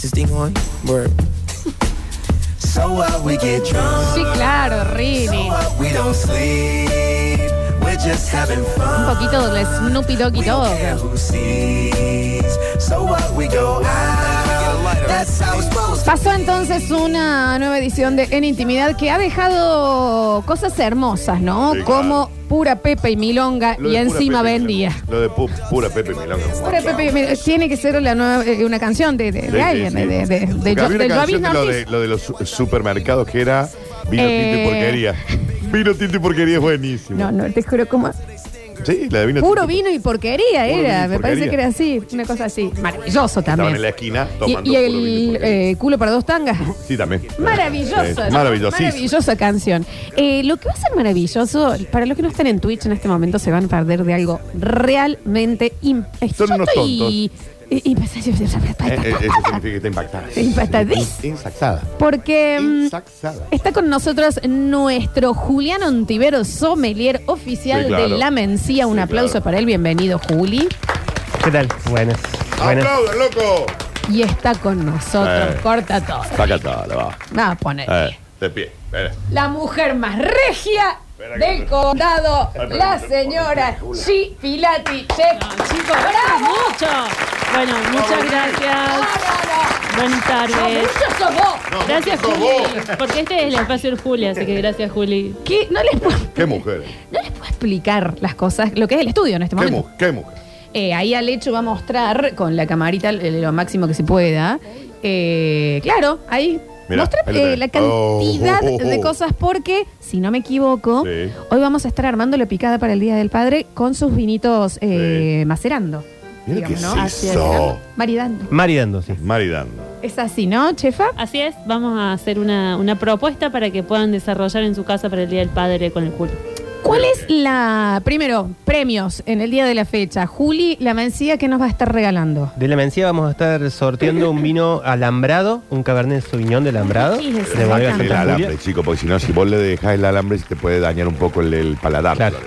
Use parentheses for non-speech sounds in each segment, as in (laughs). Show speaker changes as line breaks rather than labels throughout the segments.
this thing on? Word. (laughs) so what? We get drunk.
Sí, claro, Rini.
what? We don't sleep. We're just having
Un
fun.
poquito de Snoopy Doggy
We don't
Dog.
care who sees. So what? We go out. That's how it's supposed to
Pasó entonces una nueva edición de En Intimidad que ha dejado cosas hermosas, ¿no?
Sí, claro.
Como pura Pepe y Milonga
Lo
y
de pura
encima
Pepe
vendía.
Milonga. Lo de pu- pura Pepe Milonga.
Pura Pepe, mira, tiene que ser la nueva, eh, una canción de, de, de
Sí, sí,
alguien,
sí.
de, de, de, de,
Porque
Jo-
había una
de Jovis
canción de lo, de,
Ortiz.
lo de los su- supermercados que era vino tinto
Eh.
y porquería.
(laughs)
Vino tinto y porquería es buenísimo.
No, no, te juro como...
Sí, la de vino
Puro
tinto y
vino y porquería
Puro
era,
vino y
me parece
porquería.
que era así, una cosa así. Maravilloso
porquería. Estaban en la
también.
esquina
Y,
tomando
y
puro vino y
el
porquería.
eh, culo para dos tangas.
Sí, también. Sí,
Maravilloso. ¿no?
Maravilloso. sí.
Maravillosa canción. Eh, lo que va a ser maravilloso, para los que no están en Twitch en este momento, se van a perder de algo realmente impactante.
Son unos Eh, eh, Eso significa que está impactada.
Impactadís.
Insaxada.
Porque mm,
Insaxada.
está con nosotros nuestro Julián Ontivero, sommelier oficial
Sí, claro.
de La Mencía. Un
Sí,
aplauso
claro.
para él. Bienvenido, Juli.
¿Qué tal? Buenas. Buenas.
¡Aplaudan, loco!
Y está con nosotros.
Eh.
Corta todo.
Saca todo, lo va.
Vamos a poner.
Eh, de pie. Espera.
La mujer más regia
Espera que
del
no te-
condado,
Ay, perdón,
la
te-
señora G. Pilati. Che,
Chicos, gracias
¡Bravo!
mucho. Bueno, muchas
No,
gracias.
no,
Buenas
no.
tardes.
Mucho sos vos.
No,
Gracias,
sos
Juli.
vos.
Porque este es el espacio de Juli, así que gracias, Juli.
¿Qué? No les puedo.
¿Qué mujer?
No les puedo explicar las cosas, lo que es el estudio en este
¿Qué,
momento.
mu- qué mujer?
Eh, ahí al hecho va a mostrar con la camarita eh, lo máximo que se pueda. Eh, claro, ahí.
Mirá,
mostrar
ahí lo tenés.
la cantidad
Oh, oh, oh, oh.
de cosas porque, si no me equivoco,
Sí.
hoy vamos a estar armando la picada para el Día del Padre con sus vinitos eh, macerando.
Mira que
digamos, ¿no?
es eso.
Maridando.
Maridando, sí.
Maridando.
Es así, ¿no, chefa?
Así es, vamos a hacer una, una propuesta para que puedan desarrollar en su casa para el Día del Padre con el Juli.
¿Cuál es la, primero, premios en el día de la fecha? Juli, la mencía que nos va a estar regalando.
De la mencía vamos a estar sorteando un vino alambrado, un Cabernet Sauvignon de alambrado.
Sí, sí, sí.
De bodega
El
Santa
alambre,
Julia.
chico, porque si no, si vos le dejás el alambre, se te puede dañar un poco el, el paladar.
Claro.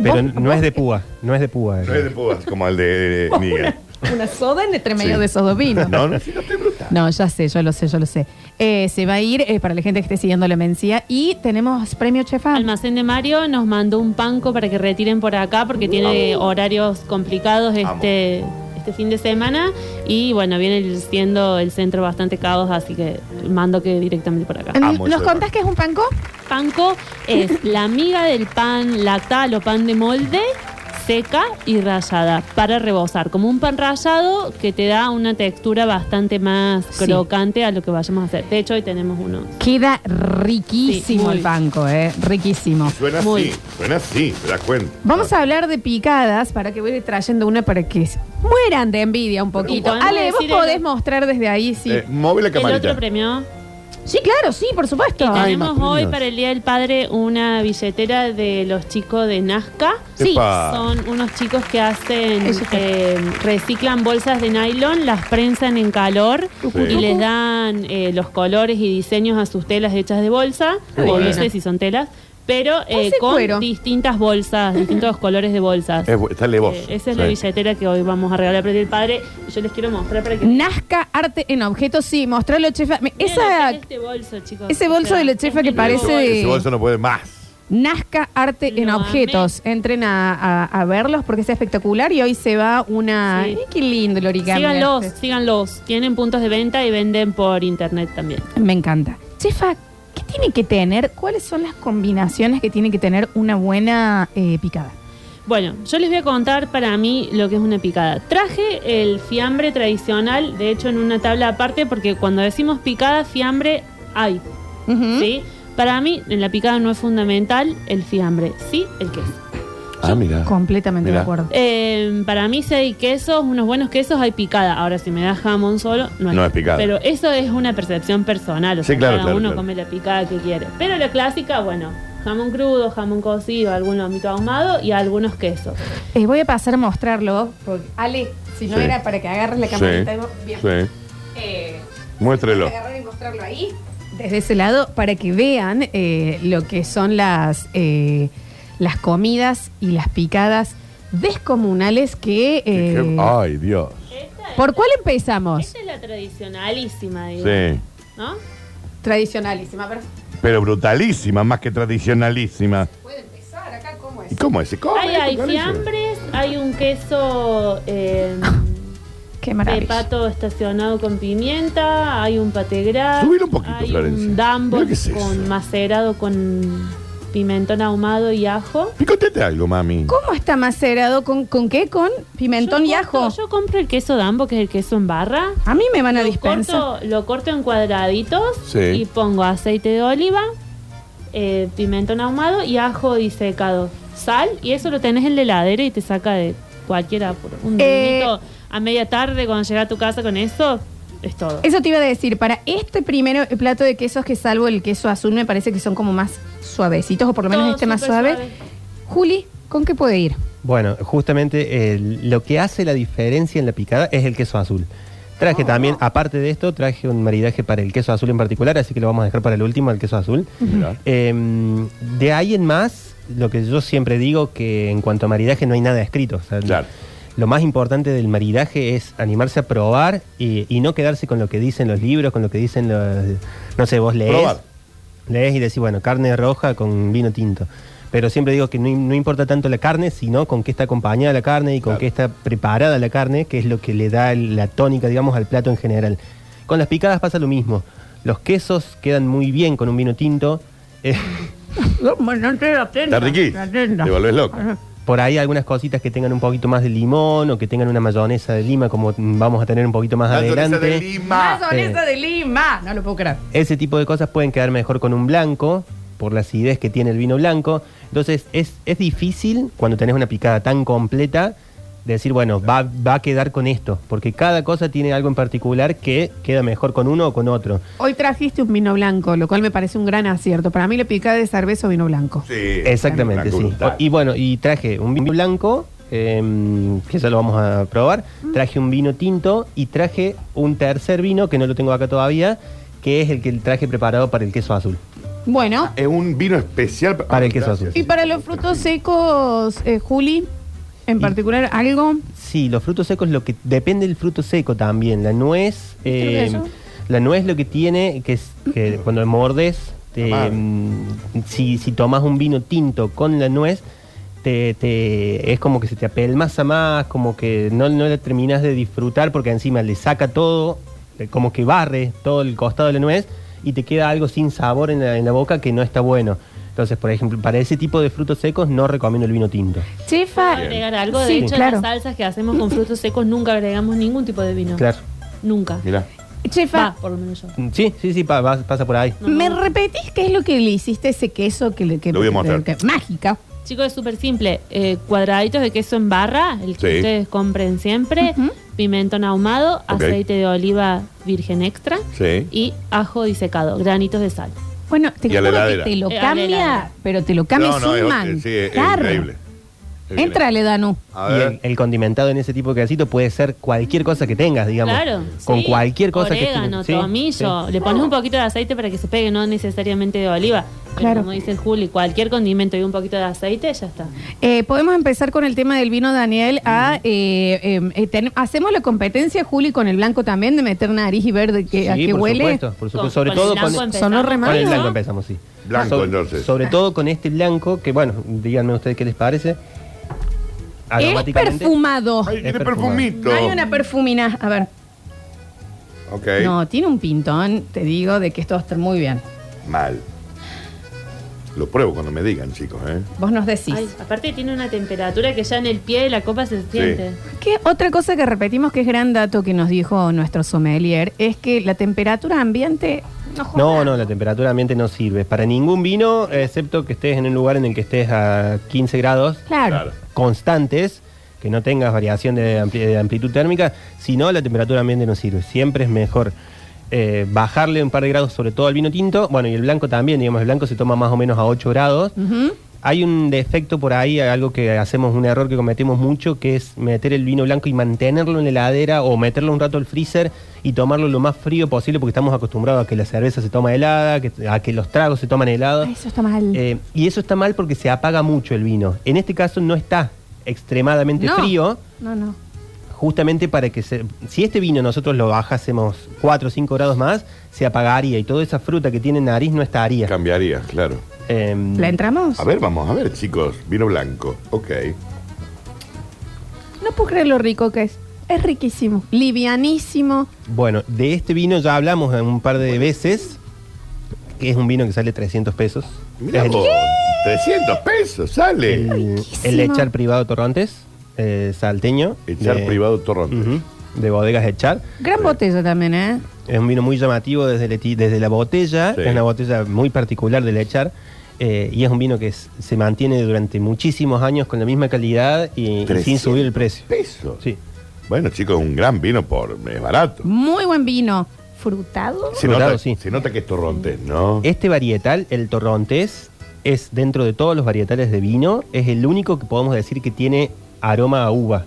Pero no es de púa, no es de púa.
No es de púas como el de eh, Miguel.
(laughs) Una soda en entre medio
Sí.
de esos dos vinos.
No, no, si no te bruta.
No, ya sé, yo lo sé, yo lo sé. Eh, se va a ir eh, para la gente que esté siguiendo la mencía y tenemos premio
Ah.
chefa.
Almacén de Mario nos mandó un panco para que retiren por acá porque tiene horarios complicados este, este fin de semana y bueno, viene siendo el centro bastante caos, así que mando que directamente por acá.
En-
Amo
¿Nos
ese
contás que es un panco?
Panko es la amiga del pan lactal o pan de molde seca y rallada para rebozar, como un pan rallado que te da una textura bastante más
Sí.
crocante a lo que vayamos a hacer. De hecho, hoy tenemos uno.
Queda riquísimo
Sí, muy.
el panco, ¿eh? Riquísimo.
Suena
Muy.
así, suena así, te das cuenta.
Vamos a hablar de picadas para que voy trayendo una para que se mueran de envidia un poquito.
podemos
Ale, vos
decir el-
podés mostrar desde ahí, sí.
Eh, Móvil la
El
camarita.
otro premio
Sí, claro, sí, por
que
supuesto.
Ay,
tenemos
más
hoy
premios.
para el Día del Padre una billetera de los chicos de Nazca.
Sí,
Epa.
Son unos chicos que hacen,
Eso está.
eh, reciclan bolsas de nylon, las prensan en calor
Sí.
y les dan eh, los colores y diseños a sus telas hechas de bolsa,
Qué
o
bueno.
no sé si son telas, pero eh,
Hace
con
cuero.
distintas bolsas,
(laughs)
distintos colores de bolsas.
Es bu- Dale vos.
Eh, esa es la
Sí.
billetera que hoy vamos a regalar para el Día del padre. Yo les quiero mostrar para que...
Nazca arte en objetos, sí, mostralo, chefa. Me-
Miren,
Esa
este bolso, chicos.
ese bolso de la chefa
es
que
mi
parece
logo.
de-
Ese bolso no puede más.
Nazca arte en
Lo
objetos. Entren a, a- a verlos porque está espectacular y hoy se va una.
Sí.
Ay, qué lindo el origami.
Síganlos,
este.
síganlos. Tienen puntos de venta y venden por internet también.
Me encanta. Chefa, ¿qué tiene que tener? ¿Cuáles son las combinaciones que tiene que tener una buena eh, picada?
Bueno, yo les voy a contar para mí lo que es una picada. Traje el fiambre tradicional, de hecho en una tabla aparte, porque cuando decimos picada, fiambre hay,
Ujú.
¿sí? Para mí, en la picada no es fundamental el fiambre, sí el queso.
Ah, mira.
Completamente de
Mirá.
acuerdo.
Eh, para mí, si hay quesos, unos buenos quesos, hay picada. Ahora, si me das jamón solo, no, hay.
No es picada.
Pero eso es una percepción personal. O
Sí,
sea,
claro,
cada
claro,
uno
claro.
come la picada que quiere. Pero la clásica, bueno, jamón crudo, jamón cocido, algunos mito ahumado y algunos quesos.
Eh, voy a pasar a mostrarlo. porque- Ale, si no
Sí.
era para que agarres la camarita. y vos- Bien.
Sí.
Eh,
Muéstrelo.
agarrar y mostrarlo ahí. Desde ese lado, para que vean eh, lo que son las, eh, las comidas y las picadas descomunales que... eh,
Ay, Dios.
Esta
¿Por cuál empezamos?
Esta es la tradicionalísima, digamos.
Sí.
¿No?
Tradicionalísima, pero
Pero brutalísima, más que tradicionalísima.
puede empezar acá, ¿cómo es?
¿Y cómo es? ¿Se come?
Hay, hay
¿Con eso?
fiambres, hay un queso eh,
Qué
de
maravilla.
pato estacionado con pimienta, hay un pategral,
Subilo un poquito,
hay
Florencia.
un dambo
Mira qué es eso.
con macerado con pimentón ahumado y ajo.
Picotete algo, mami.
¿Cómo está macerado? ¿Con, con qué? ¿Con pimentón
Yo
y
compro-
ajo?
Yo compro el queso dambo, que es el queso en barra.
A mí me van a
Lo
dispensar.
corto, lo corto en cuadraditos
Sí.
y pongo aceite de oliva, eh, pimentón ahumado y ajo disecado. Sal y eso lo tenés en la heladera y te saca de cualquier apuro. Un
Eh.
vinito a media tarde cuando llegas a tu casa con eso, es todo.
Eso te iba a decir, para este primero plato de quesos que salvo el queso azul me parece que son como más suavecitos, o por lo menos
Todo
este más
súper
suave. Juli, ¿con qué puede ir?
Bueno, justamente eh, lo que hace la diferencia en la picada es el queso azul. Traje también, aparte de esto, traje un maridaje para el queso azul en particular, así que lo vamos a dejar para el último, el queso azul.
Mirá.
Em, de ahí en más, lo que yo siempre digo que en cuanto a maridaje no hay nada escrito. o sea,
Claro.
Lo más importante del maridaje es animarse a probar y, y no quedarse con lo que dicen los libros, con lo que dicen los... No sé, vos lees.
Probar.
Lees y decís, bueno, carne roja con vino tinto. Pero siempre digo que no, no importa tanto la carne, sino con qué está acompañada la carne y con
Claro.
qué está preparada la carne, que es lo que le da el- la tónica, digamos, al plato en general. Con las picadas pasa lo mismo. Los quesos quedan muy bien con un vino tinto. Eh,
Está riquí. Te volvés loco.
por ahí algunas cositas que tengan un poquito más de limón o que tengan una mayonesa de lima, como mm, vamos a tener un poquito más
Mayonesa
adelante.
de Lima.
Mayonesa de Lima. No lo puedo creer.
Ese tipo de cosas pueden quedar mejor con un blanco, por la acidez que tiene el vino blanco. Entonces es, es difícil cuando tenés una picada tan completa decir, bueno, va, va a quedar con esto, porque cada cosa tiene algo en particular que queda mejor con uno o con otro.
Hoy trajiste un vino blanco, lo cual me parece un gran acierto. Para mí la picada de cerveza o vino blanco.
Sí.
Exactamente,
Blanco
sí.
brutal.
Y bueno, y traje un vino blanco, em, que ya lo vamos a probar, traje un vino tinto y traje un tercer vino, que no lo tengo acá todavía, que es el que traje preparado para el queso azul.
Bueno,
Es un vino especial
Para el queso
Gracias.
azul.
y para los frutos secos, eh, Juli, en
Y-
particular, algo.
Sí, los frutos secos, lo que depende del fruto seco también. La nuez,
¿Viste lo que
eh,
es eso?
la nuez lo que tiene, que es
(clears throat)
que cuando mordes, te,
Ah,
Amable.
mm, si, si tomas un vino tinto con la nuez, te, te- es como que se te apelmaza más, como que no, no la terminas de disfrutar porque encima le saca todo, eh, como que barre todo el costado de la nuez y te queda algo sin sabor en la, en la boca que no está bueno. Entonces, por ejemplo, para ese tipo de frutos secos no recomiendo el vino tinto.
Chefa.
¿Puedo agregar algo? De
Sí,
hecho,
claro.
en las salsas que hacemos con frutos secos nunca agregamos ningún tipo de vino.
Claro.
Nunca.
Mirá.
Chefa,
Va, por lo menos yo.
Mm, Sí, sí, sí, pa- va- pasa por ahí.
No,
¿me
no.
repetís qué es lo que le hiciste a ese queso que le que,
Lo voy a mostrar.
que- mágica?
Chicos, es súper simple. Eh, cuadraditos de queso en barra, el que
Sí.
ustedes compren siempre.
Ujú.
Pimentón ahumado,
Ok.
aceite de oliva virgen extra
Sí.
y ajo disecado, granitos de sal.
Bueno, te
Y a
juro
la
que
heladera.
te lo
Eh, a la
cambia,
heladera.
pero te lo cambia sin
es-
man.
sí, es, es
Claro.
increíble. Es
Entrale, Danu.
A
Y
ver.
el, el condimentado en ese tipo de quesito puede ser cualquier cosa que tengas, digamos.
claro.
Con
sí.
cualquier cosa
Orégano,
que tengas.
tomillo. Le pones un poquito de aceite para que se pegue, no necesariamente de oliva. Pero
Claro.
Como dice el Juli, cualquier condimento y un poquito de aceite, ya está.
Eh, podemos empezar con el tema del vino, Daniel. A, eh, eh, eh, ten- hacemos la competencia, Juli, con el blanco también, de meter nariz y ver de qué, a qué
por
huele.
supuesto, por supuesto.
Con-
Sobre
con el
todo con,
blanco
con
empezamos.
Sonó re mal,
el
¿no?
blanco empezamos, sí.
Blanco,
Sobre-
entonces.
Sobre todo con este blanco, que bueno, díganme ustedes qué les parece.
Es perfumado.
Ay, tiene
Es
perfumito.
Hay una perfumina. A ver.
Ok.
No, tiene un pintón, te digo, de que esto va a estar muy bien.
Mal. Lo pruebo cuando me digan, chicos, ¿eh?
Vos nos decís.
Ay, aparte tiene una temperatura que ya en el pie de la copa se siente.
¿Qué otra cosa que repetimos que es gran dato que nos dijo nuestro sommelier es que la temperatura ambiente no joda.
No, no, la temperatura ambiente no sirve para ningún vino, excepto que estés en un lugar en el que estés a 15 grados.
Claro.
Claro.
constantes, que no tengas variación de, ampli- de amplitud térmica, si no la temperatura ambiente no sirve. Siempre es mejor eh, bajarle un par de grados, sobre todo al vino tinto. Bueno, y el blanco también, digamos, el blanco se toma más o menos a 8 grados.
Ujú.
Hay un defecto por ahí, algo que hacemos, un error que cometemos mucho, que es meter el vino blanco y mantenerlo en la heladera o meterlo un rato al freezer y tomarlo lo más frío posible porque estamos acostumbrados a que la cerveza se toma helada, que- a que los tragos se toman helados.
Ay, Eso está mal.
Eh, y eso está mal porque se apaga mucho el vino. En este caso no está extremadamente
No.
frío,
No, no.
justamente para que se, si este vino nosotros lo bajásemos 4 o 5 grados más, se apagaría y toda esa fruta que tiene nariz no estaría.
Cambiaría, claro.
Em,
¿La entramos?
A ver, vamos a ver, chicos. Vino blanco. Ok.
No puedo creer lo rico que es. Es riquísimo. Livianísimo.
Bueno, de este vino ya hablamos un par de veces, que es un vino que sale 300 pesos.
Mirá
Es el-
vos, 300 pesos, sale.
el, el Echar Privado Torrontes, eh, salteño.
Echar
de-
privado Torrontes.
Ujú, de bodegas Echar.
Gran botella también, ¿eh?
Es un vino muy llamativo desde, la ti- desde la botella,
Sí.
es una botella muy particular del Echar. eh, y es un vino que s- se mantiene durante muchísimos años con la misma calidad y, y sin
300
subir el precio.
Pesos.
Sí.
Bueno, chicos, un gran vino por es barato.
Muy buen vino. Frutado.
Se
Barato,
nota,
sí.
se nota que es Torrontes, ¿no?
Este varietal, el torrontés, es dentro de todos los varietales de vino, es el único que podemos decir que tiene aroma a uva.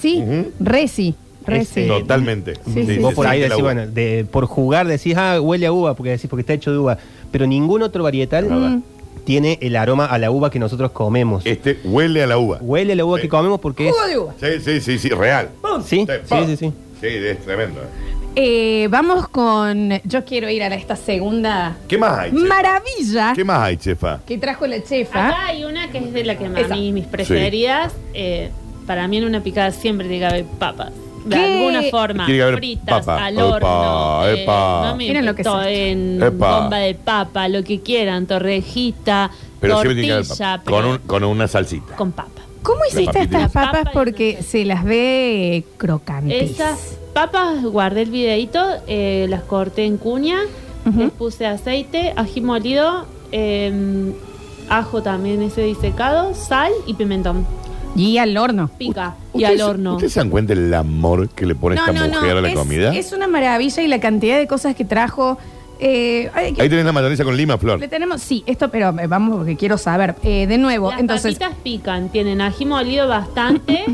Sí,
Ujú. Este,
resi. Resi.
eh,
Totalmente.
Sí, sí,
Vos
sí.
por ahí
siente la uva.
decís, bueno, de- por jugar decís, ah, huele a uva, porque decís, porque está hecho de uva. Pero ningún otro varietal
Es verdad.
mm, tiene el aroma a la uva que nosotros comemos.
Este huele a la uva.
Huele a la uva
Sí.
que comemos porque es...
Jugo de uva.
Sí, sí, sí, sí, real.
Sí, sí, sí, sí.
Sí, es tremendo. ¿eh?
Eh, vamos con. Yo quiero ir a la- esta segunda
¿Qué más hay? Chefa?
maravilla
¿Qué más hay, chefa?
que trajo la
Acá
chefa.
hay una que es de la que a
¿Ah? Esa.
mí mis preferidas. eh, para mí en una picada siempre tiene que haber papas. De
¿Qué?
alguna forma,
Tiene que haber
fritas,
papa.
al
Epa,
horno, eh,
epa.
no me
Miren lo que
invento,
es
en
Epa.
bomba de papa, lo que quieran, torrejita,
Pero siempre tiene que
tortilla,
haber papa.
pero
con, un- con una salsita.
con papa.
¿Cómo hiciste
papitas.
estas papas?
Papas y
Porque
no sé.
se las ve crocantes.
Esas papas, guardé el videito, eh, las corté en cuña,
Ujú.
les puse aceite, ají molido, eh, ajo también ese disecado, sal y pimentón.
Y al horno.
Pica y
¿Ustedes-
al horno.
¿Ustedes se dan cuenta el amor que le pone esta mujer a la
es,
comida?
es una maravilla y la cantidad de cosas que trajo. Eh, ay,
Ahí tenés la mayonesa con lima, Flor.
le tenemos, sí, esto, pero eh, vamos porque quiero saber. Eh, de nuevo,
Las
entonces.
papitas pican, tienen ají molido
(coughs)
bastante,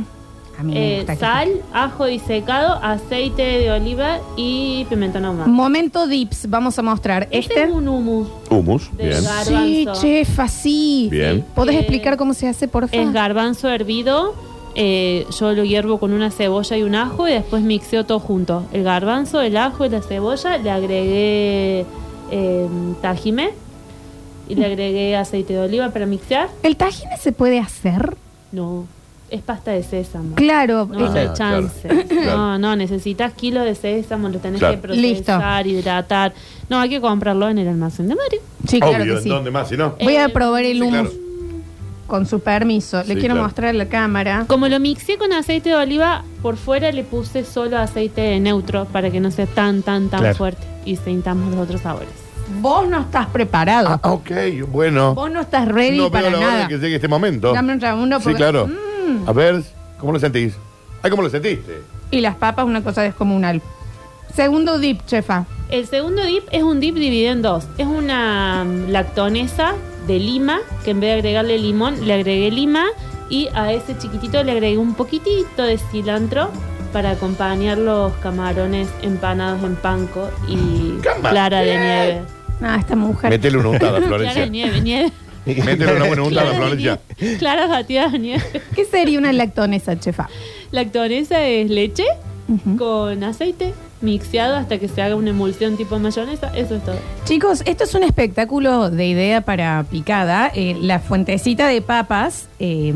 A mí me
eh,
gusta que-
sal, ajo disecado, aceite de oliva y pimentón ahumado.
Momento dips, vamos a mostrar.
Este
Este.
es un hummus.
Humus,
De
bien.
gar-
Sí,
garbanzo.
chefa, sí.
Bien.
¿Podés
Eh,
explicar cómo se hace, por
Es
favor?
garbanzo hervido. eh, yo lo hiervo con una cebolla y un ajo y después mixeo todo junto. El garbanzo, el ajo y la cebolla. Le agregué eh, tajime y le agregué aceite de oliva para mixear.
¿El tajine se puede hacer?
No, es pasta de sésamo.
Claro.
No
eh,
hay
Ah,
chance.
claro.
No, no, necesitas kilos de sésamo, lo tenés
Claro.
que procesar, hidratar. No, hay que comprarlo en el almacén de Mario.
sí,
Obvio,
claro que sí.
¿dónde más si no?
Voy a
Eh,
probar el
Sí,
hummus
claro.
con su permiso. Le
Sí,
quiero
claro.
mostrar a la cámara.
Como lo mixé con aceite de oliva, por fuera le puse solo aceite neutro para que no sea tan, tan, tan
Claro.
fuerte y sintamos los otros sabores.
Vos no estás preparado.
Ah, ok, bueno.
Vos no estás ready
no
para
veo la hora
nada.
que llegue este momento.
Dame un segundo
Sí,
porque- mm,
claro. A ver, ¿cómo lo sentís? Ay, ¿cómo lo sentiste?
Y las papas, una cosa descomunal. Segundo dip, chefa.
El segundo dip es un dip dividido en dos. Es una mm, lactonesa de lima, que en vez de agregarle limón, le agregué lima y a ese chiquitito le agregué un poquitito de cilantro para acompañar los camarones empanados en panco y
Cama-
clara de nieve.
Ah, esta mujer.
Métele una
(laughs)
untada,
Clara
Florencia.
de nieve, nieve.
Métele una buena
Clara
untada,
de
Florencia.
nieve, Claras batidas de nieve.
¿Qué sería una lactonesa, chefa?
Lactonesa es leche
Ujú.
con aceite mixeado hasta que se haga una emulsión tipo mayonesa. Eso es todo.
Chicos, esto es un espectáculo de idea para picada. Eh, la fuentecita de papas, eh,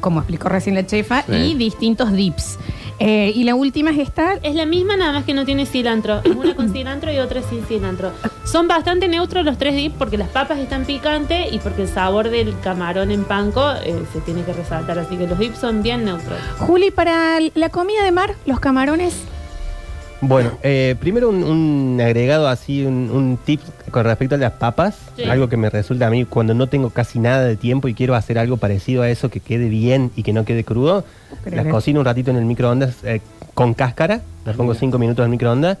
como explicó recién la chefa,
Sí.
y distintos dips. Eh, y la última es esta.
Es la misma, nada más que no
(coughs)
tiene cilantro. Es una con cilantro y otra sin cilantro. Son bastante neutros los tres dips porque las papas están picantes y porque el sabor del camarón en panco eh, se tiene que resaltar. Así que los dips son bien neutros.
Juli, para la comida de mar, los camarones.
Bueno, eh, primero un, un agregado así, un, un tip con respecto a las papas,
Sí.
algo que me resulta a mí cuando no tengo casi nada de tiempo y quiero hacer algo parecido a eso que quede bien y que no quede crudo,
Pero
las
le-
cocino un ratito en el microondas eh, con cáscara, las pongo cinco minutos en el microondas,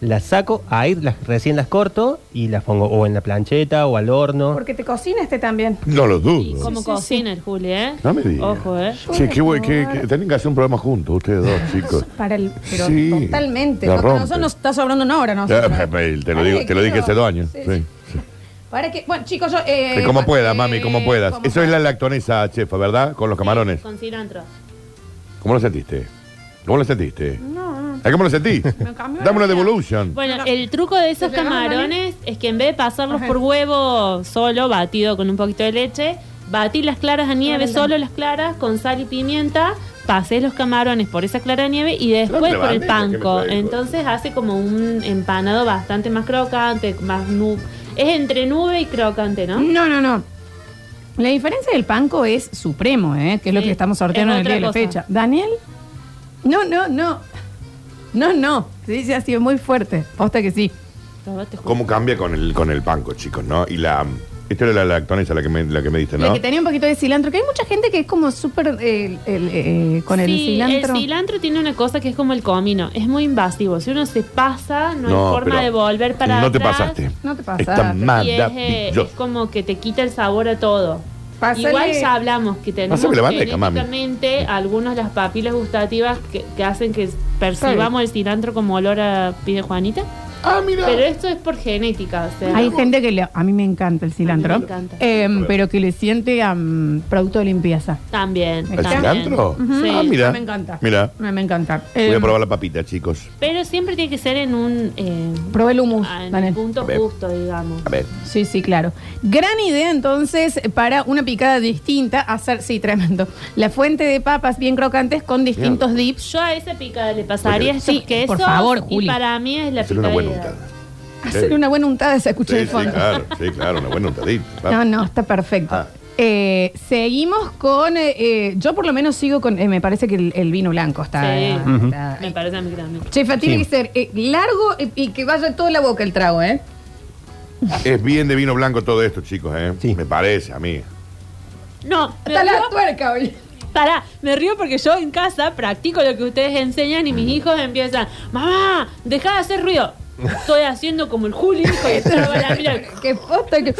las saco, ahí las, recién las corto y las pongo o en la plancheta o al horno.
Porque te cocina este también.
No lo
Y
dudo.
como
sí, sí.
cocina el Juli, ¿eh?
No me digas.
Ojo, ¿eh?
Sí, qué bueno, que, que tienen que hacer un programa juntos,
(laughs)
ustedes dos, chicos.
Para el, pero
Sí,
totalmente.
la
No,
rompe.
nosotros nos está sobrando una hora,
Ya,
nosotros.
Te lo digo, te lo dije hace dos años. Sí.
Para que, bueno, chicos, yo. eh,
Que como
pa-
puedas,
eh,
mami, como puedas. Eso es la lactonesa, chefa, ¿verdad? Con los camarones.
Con cilantro.
¿Cómo lo sentiste? ¿Cómo lo sentiste?
No,
¿Ah, ¿Cómo lo sentí?
cambió la
Dame
idea.
una devolution.
Bueno, el truco de esos
¿Lo llevamos,
camarones es que en vez de pasarlos
Ajá.
por huevo solo, batido con un poquito de leche, batí las claras a nieve,
Claro.
solo las claras, con sal y pimienta, pasé los camarones por esa clara de nieve y después
Claro,
por el
la bandeja que me
panco.
traigo.
Entonces hace como un empanado bastante más crocante, más nu Es entre nube y crocante, ¿no?
No, no, no. La diferencia del panco es supremo, ¿eh? que es lo
Sí,
que estamos sorteando en
es
el día de
otra
la
cosa.
fecha. Daniel, no, no, no. No, no. Sí, sí, ha sido muy fuerte. Posta que sí.
Probate, Ju-
¿Cómo cambia con el, con el banco, chicos, no? Y la. Esta era la lactonesa, la que me, la que me diste,
La
¿no?
que tenía un poquito de cilantro, que hay mucha gente que es como súper eh, el- eh, con el
Sí,
cilantro.
El cilantro tiene una cosa que es como el comino, es muy invasivo. Si uno se pasa, no, hay forma
pero
de volver para
No te
atrás.
pasaste.
No te
Está
pasa.
Y es, eh, es
maravilloso.
como que te quita el sabor a todo.
Pásale-
Igual ya hablamos que tenemos
Pásame la bandeja, mami.
genéticamente algunas de las papilas gustativas que, que hacen que percibamos el cilantro como olor a pide Juanita.
Ah, mira.
Pero esto es por genética. O sea,
Hay gente que le. A mí me encanta el cilantro.
A mí me encanta.
Eh, pero que le siente a mm, producto de limpieza.
también.
¿Al
¿El
también.
cilantro?
Sí.
Ah, mira.
Me encanta.
Mira.
Me, me encanta.
Voy
Eh,
Em.
a probar la papita, chicos.
Pero siempre tiene que ser en un, eh,
Probé el hummus,
en un
Daniel.
punto
A ver.
justo, digamos.
A ver.
Sí, sí, claro. Gran idea entonces para una picada distinta hacer, sí, tremendo. La fuente de papas bien crocantes con distintos dips.
Yo a esa picada le pasaría
Porque-
estos
Sí,
quesos
por favor, Juli.
y para mí es la
Hacer una
picada
buena
ideal.
untada.
Hacer una buena untada se escucha
Sí,
de
sí,
fondo.
claro. Sí, claro, una buena untadita.
(laughs) No, no, está perfecto.
Ah.
Eh, seguimos con, eh, eh, yo por lo menos sigo con, eh, me parece que el, el vino blanco está.
Sí.
está-
Me parece a mí que también.
Chefa, tiene
Sí.
que ser eh, largo y, y que vaya toda la boca el trago, ¿eh?
Es bien de vino blanco todo esto, chicos, ¿eh?
Sí.
Me parece a mí.
No, me
Hasta
río,
la tuerca, oye.
pará, me río porque yo en casa practico lo que ustedes enseñan y mis hijos empiezan, mamá, deja de hacer ruido. Estoy haciendo como el Juli, hijo, y estoy con la mira.
(laughs) Que posta que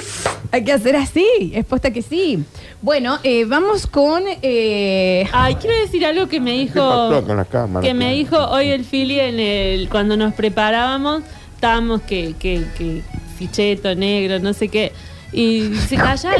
hay que hacer así, es posta que sí. Bueno, eh, vamos con eh,
Ay, quiero decir algo que me dijo
pasó con las cámaras?
que me dijo hoy el Fili en el cuando nos preparábamos, estábamos que que que ficheto negro, no sé qué. Y
(laughs)
se calla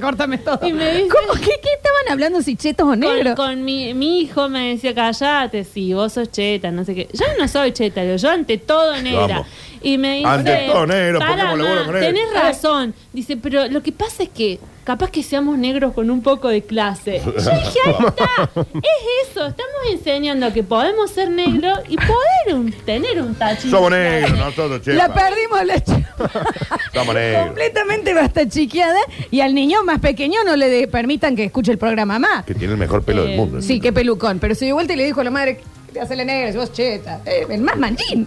córtame todo.
Y me dice-
¿Cómo que qué estaban hablando si chetos o
Con,
negros?
con mi, mi hijo me decía, callate, si vos sos cheta, no sé qué. Yo no soy cheta, le digo, yo ante todo negra.
Vamos.
Y me dice,
Ante todo negra,
"Para,
pongámosle
ma,
bola con él".
Tenés razón. Dice, pero lo que pasa es que capaz que seamos negros con un poco de clase. Yo dije, ahí
(laughs)
está, es eso, estamos enseñando que podemos ser negros y poder un- tener un tachín.
Somos negros nosotros, chicos.
La perdimos la chepa.
(laughs) Somos negros.
Completamente basta chiqueada. Y al niño más pequeño no le de- permitan que escuche el programa más.
Que tiene el mejor pelo
Eh,
del mundo.
Sí, qué pelucón. Pero si de vuelta y le dijo a la madre, ¿qué te hace la negra? Si vos cheta. Eh, el más
(laughs)
manchín.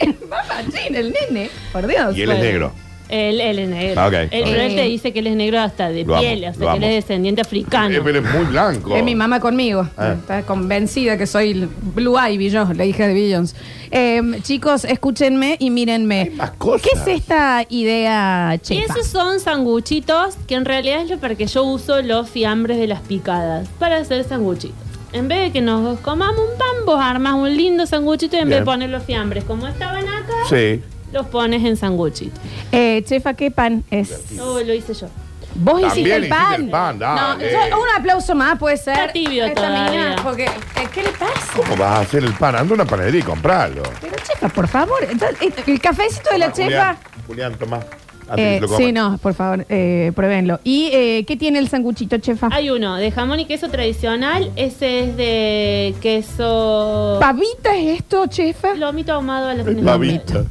el más manchín, el nene. Por Dios.
Y él es negro.
Él, él es negro.
Ah, ok.
Él, pero él te dice que él es negro hasta de
Lo amo,
piel,
lo
o sea que él
amo.
es descendiente africano.
Eh, pero es muy blanco.
Es mi mamá conmigo.
Ah.
Está convencida que soy el Blue Ivy, yo, la hija de Billions. Eh, chicos, escúchenme y mírenme.
Hay más cosas.
¿Qué es esta idea,
Y
chefa?
esos son sanguchitos que en realidad es lo porque yo uso los fiambres de las picadas para hacer sanguchitos. En vez de que nos comamos un pan, vos armas un lindo sanguchito y en vez de
Bien.
poner los fiambres como estaban acá,
Sí.
los pones en sanguchito.
Eh, chefa, ¿qué pan es?
Oh, lo hice yo.
Vos
También
hiciste el
hiciste
pan.
el pan,
no,
dale.
yo- un aplauso más puede ser.
Está tibio
Esta
todavía.
mina, porque, eh, ¿Qué le pasa?
¿Cómo vas a hacer el pan? Anda a una panadería y comprarlo.
Pero chefa, por favor. entonces, eh, El cafecito de la chefa.
Julián, Julián, toma. Así
Eh,
se lo
sí,
comen.
no, por favor, eh, pruébenlo. ¿Y eh, qué tiene el sanguchito,
Ah.
chefa?
Hay uno de jamón y queso tradicional, ese es de queso...
¿Pavita es esto, chefa?
Lomito ahumado a la
Es babita.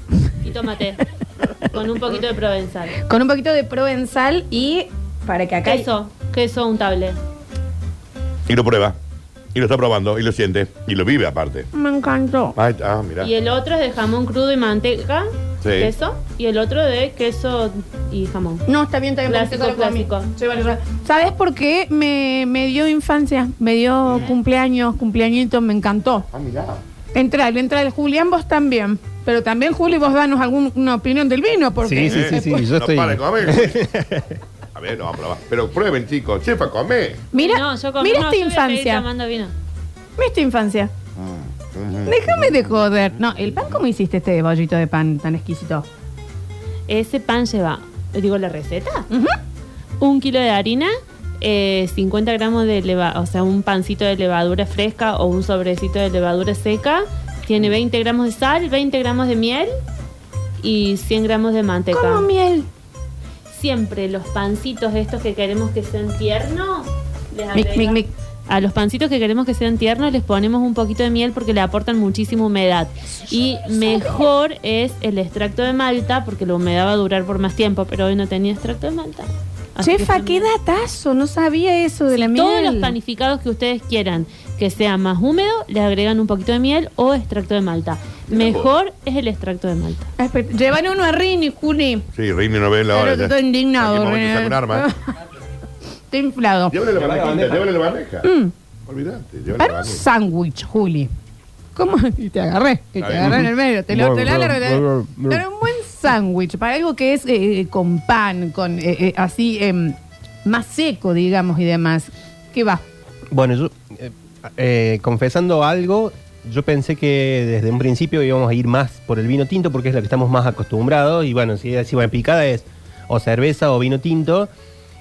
Y tomate. con un poquito de provenzal.
Con un poquito de provenzal y para que acá.
Queso, queso untable.
Y lo prueba. Y lo está probando. Y lo siente. Y lo vive aparte.
Me encantó.
Ahí está, Ah, mira.
Y el otro es de jamón crudo y manteca,
Sí.
queso. Y el otro de queso y jamón.
No, está bien, está bien. porque
Clásico,
yo lo comí.
clásico.
Sí, vale, vale. ¿Sabes por qué me, me dio infancia? Me dio cumpleaños, cumpleañitos, me encantó.
Ah, mira.
Entrar, entrar. Julián, vos también. Pero también, Juli, vos danos alguna opinión del vino. Porque
Sí, sí, sí, sí, yo
no
estoy-
para de
(laughs)
comer. a ver, no, vamos a probar. Pero prueben, chicos. Chefa, come.
Mira,
No, yo con-
mira
no,
esta
yo voy a seguir
infancia.
tomando vino.
Mira esta infancia. Déjame de joder. No, el pan, ¿cómo hiciste este bollito de pan tan exquisito?
Ese pan lleva, digo la receta, un kilo de harina, eh, 50 gramos de levadura, o sea, un pancito de levadura fresca o un sobrecito de levadura seca. Tiene 20 gramos de sal, 20 gramos de miel y 100 gramos de manteca.
Como miel.
Siempre los pancitos estos que queremos que sean tiernos, les
Mic, mic,
agregas-
mic.
a los pancitos que queremos que sean tiernos les ponemos un poquito de miel porque le aportan muchísima humedad. Y mejor es el extracto de malta porque la humedad va a durar por más tiempo, pero hoy no tenía extracto de malta. Así que
Chefa,
son-
qué datazo. No sabía eso de la miel.
Todos los panificados que ustedes quieran que sea más húmedo, le agregan un poquito de miel o extracto de malta. Mejor es el extracto de malta.
Ah, Espera, Llevan uno a Rini, Juni.
Sí, Rini no ve la hora.
Claro que
ya.
estoy indignado.
En cualquier momento saca un arma. ¿eh?
(laughs) Estoy inflado.
Llévale la
Lleva la
bandeja,
bandeja.
llévale la bandeja.
Mm.
Olvídate, llévale la
Para un
bandeja.
sándwich, Juli. ¿Cómo? Y te agarré. Y te
Está bien.
agarré en el medio. Te lo, te lo
Bueno,
alargo, te-
bueno, bueno.
Pero un buen sándwich. Para algo que es eh, con pan, con eh, eh, así em, más seco, digamos, y demás. ¿Qué va?
Bueno, yo, eh, eh, confesando algo, yo pensé que desde un principio íbamos a ir más por el vino tinto porque es lo que estamos más acostumbrados. Y bueno, si decimos bueno, picada es o cerveza o vino tinto.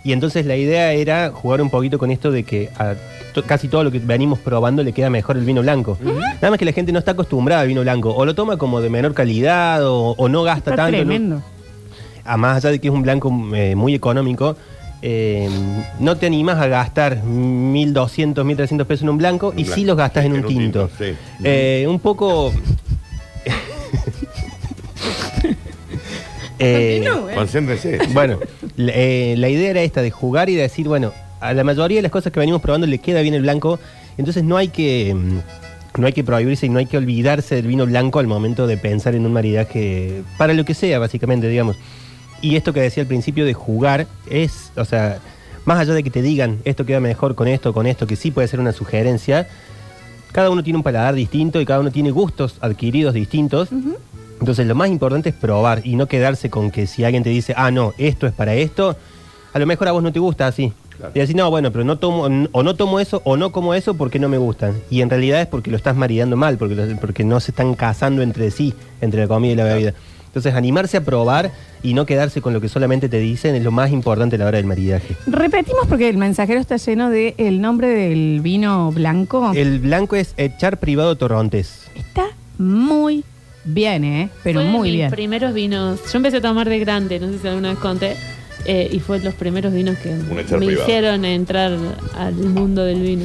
Y entonces la idea era jugar un poquito con esto de que a to- casi todo lo que venimos probando le queda mejor el vino blanco. Nada más que la gente no está acostumbrada al vino blanco. O lo toma como de menor calidad o, o no gasta
Está
tanto. ¿no?
tremendo.
a más allá de que es un blanco eh, muy económico, eh, no te animas a gastar 1.200, 1.300 pesos en un blanco y
blanco.
sí los gastas en un tinto.
sí.
Eh, un (laughs) poco... Eh,
Continúe.
Concéntrense.
(laughs) bueno, la, eh, la idea era esta, de jugar y de decir, bueno, a la mayoría de las cosas que venimos probando le queda bien el blanco, entonces no hay que mm, no hay que prohibirse y no hay que olvidarse del vino blanco al momento de pensar en un maridaje para lo que sea, básicamente, digamos. Y esto que decía al principio de jugar es, o sea, más allá de que te digan esto queda mejor con esto, con esto, que sí puede ser una sugerencia, cada uno tiene un paladar distinto y cada uno tiene gustos adquiridos distintos. Entonces lo más importante es probar y no quedarse con que si alguien te dice, ah, no, esto es para esto, a lo mejor a vos no te gusta así.
Claro.
Y decís, no, bueno, pero no tomo, n- o no tomo eso o no como eso porque no me gustan. Y en realidad es porque lo estás maridando mal, porque, lo- porque no se están casando entre sí, entre la comida y la bebida. Entonces animarse a probar y no quedarse con lo que solamente te dicen es lo más importante a la hora del maridaje.
Repetimos porque el mensajero está lleno del el nombre del vino blanco.
El blanco es echar privado torrontes.
Está muy bien, ¿eh? Pero
Fue de
muy
mis
bien.
primeros vinos. Yo empecé a tomar de grande, no sé si alguna vez conté. eh, y fue los primeros vinos que me
echar privado.
hicieron entrar al mundo del vino.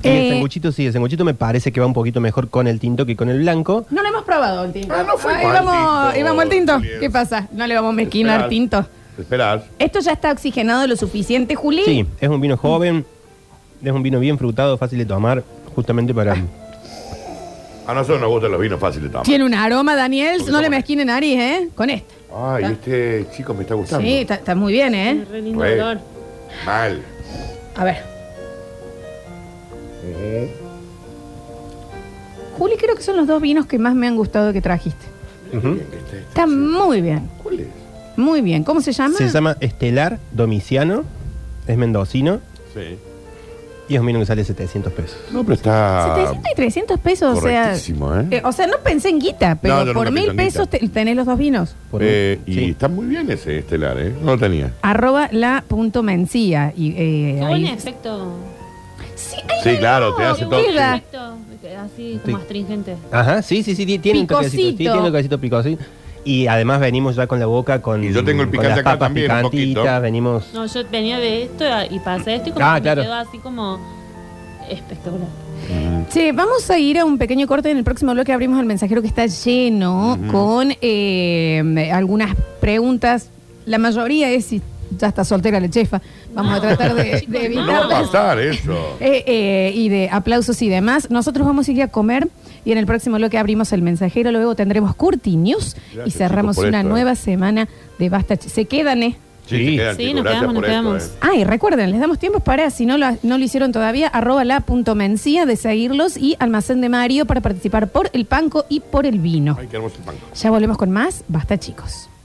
Y
Eh,
el sanguchito sí, el sanguchito me parece que va un poquito mejor con el tinto que con el blanco.
No lo hemos probado el tinto.
Ah, no fue mal
íbamos,
tinto,
íbamos al tinto.
Julián.
¿Qué pasa? No le vamos a mezquinar
Esperar.
tinto.
Esperar.
Esto ya está oxigenado lo suficiente, Juli.
Sí, es un vino
Mm.
joven, es un vino bien frutado, fácil de tomar, justamente para...
Ah.
A nosotros nos gustan los vinos fáciles también.
Tiene un aroma, Daniel.
Porque
No le
toma-
mezquine nariz, ¿eh? Con esta.
Ay, este chico me está gustando.
Sí, está, está muy bien,
Tiene
¿eh?
re lindo
Re.
olor.
Mal.
A ver. Juli, creo que son los dos vinos que más me han gustado que trajiste.
Ujú.
Bien que está este.
Está muy bien,
¿Cuál es?
muy bien. ¿Cómo se llama?
Se llama Estelar Domiciano, es mendocino
Sí.
y es un vino que sale 700 pesos.
No, pero está.
700 y 300 pesos, o sea.
Correctísimo, ¿eh?
eh, o sea, no pensé en guita, pero
yo no
por
me
mil
pienso en
pesos te- tenés los dos vinos.
Por-
Eh, y
sí.
está muy bien ese estelar, ¿eh? No lo tenía.
Arroba la punto mencía. Y, eh,
Tuvo
ahí-
un efecto.
Sí, hay
Sí,
algo
claro, te hace
que
todo-
Un
llega.
efecto así como
Sí.
astringente.
Ajá, sí, sí, sí, ti- tiene un toquecito, sí,
Picosito.
tiene un toquecito picosito. Y además venimos ya con la boca con...
Y yo tengo el
con
picante
las
acá
papas
también, un poquito.
picantitas, venimos...
No, yo venía de esto y pasé esto y como
Ah,
que
claro.
me quedó así como espectacular.
Che, vamos a ir a un pequeño corte en el próximo bloque. Abrimos el mensajero que está lleno con eh, algunas preguntas. La mayoría es si ya está soltera la chefa. Vamos a tratar
(laughs)
de, de
No
No va a
evitar eso.
pasar eso.
Eh, eh, y de aplausos y demás. Nosotros vamos a ir a comer y en el próximo bloque abrimos el mensajero. Luego tendremos Curti News y
Gracias,
cerramos
chicos, por
una
esto, eh.
nueva semana de Basta. Ch- Se quedan, ¿eh?
Sí, se quedan,
Sí,
chicos,
nos
gracias
quedamos,
por
nos
esto,
quedamos.
¿eh?
Ah, y recuerden, les damos tiempo para, si no lo, no lo hicieron todavía, arroba la punto mencía de seguirlos y almacén de Mario para participar por el panco y por el vino.
¿eh? Ay, qué hermoso el pan.
Ya volvemos con más. Basta, chicos.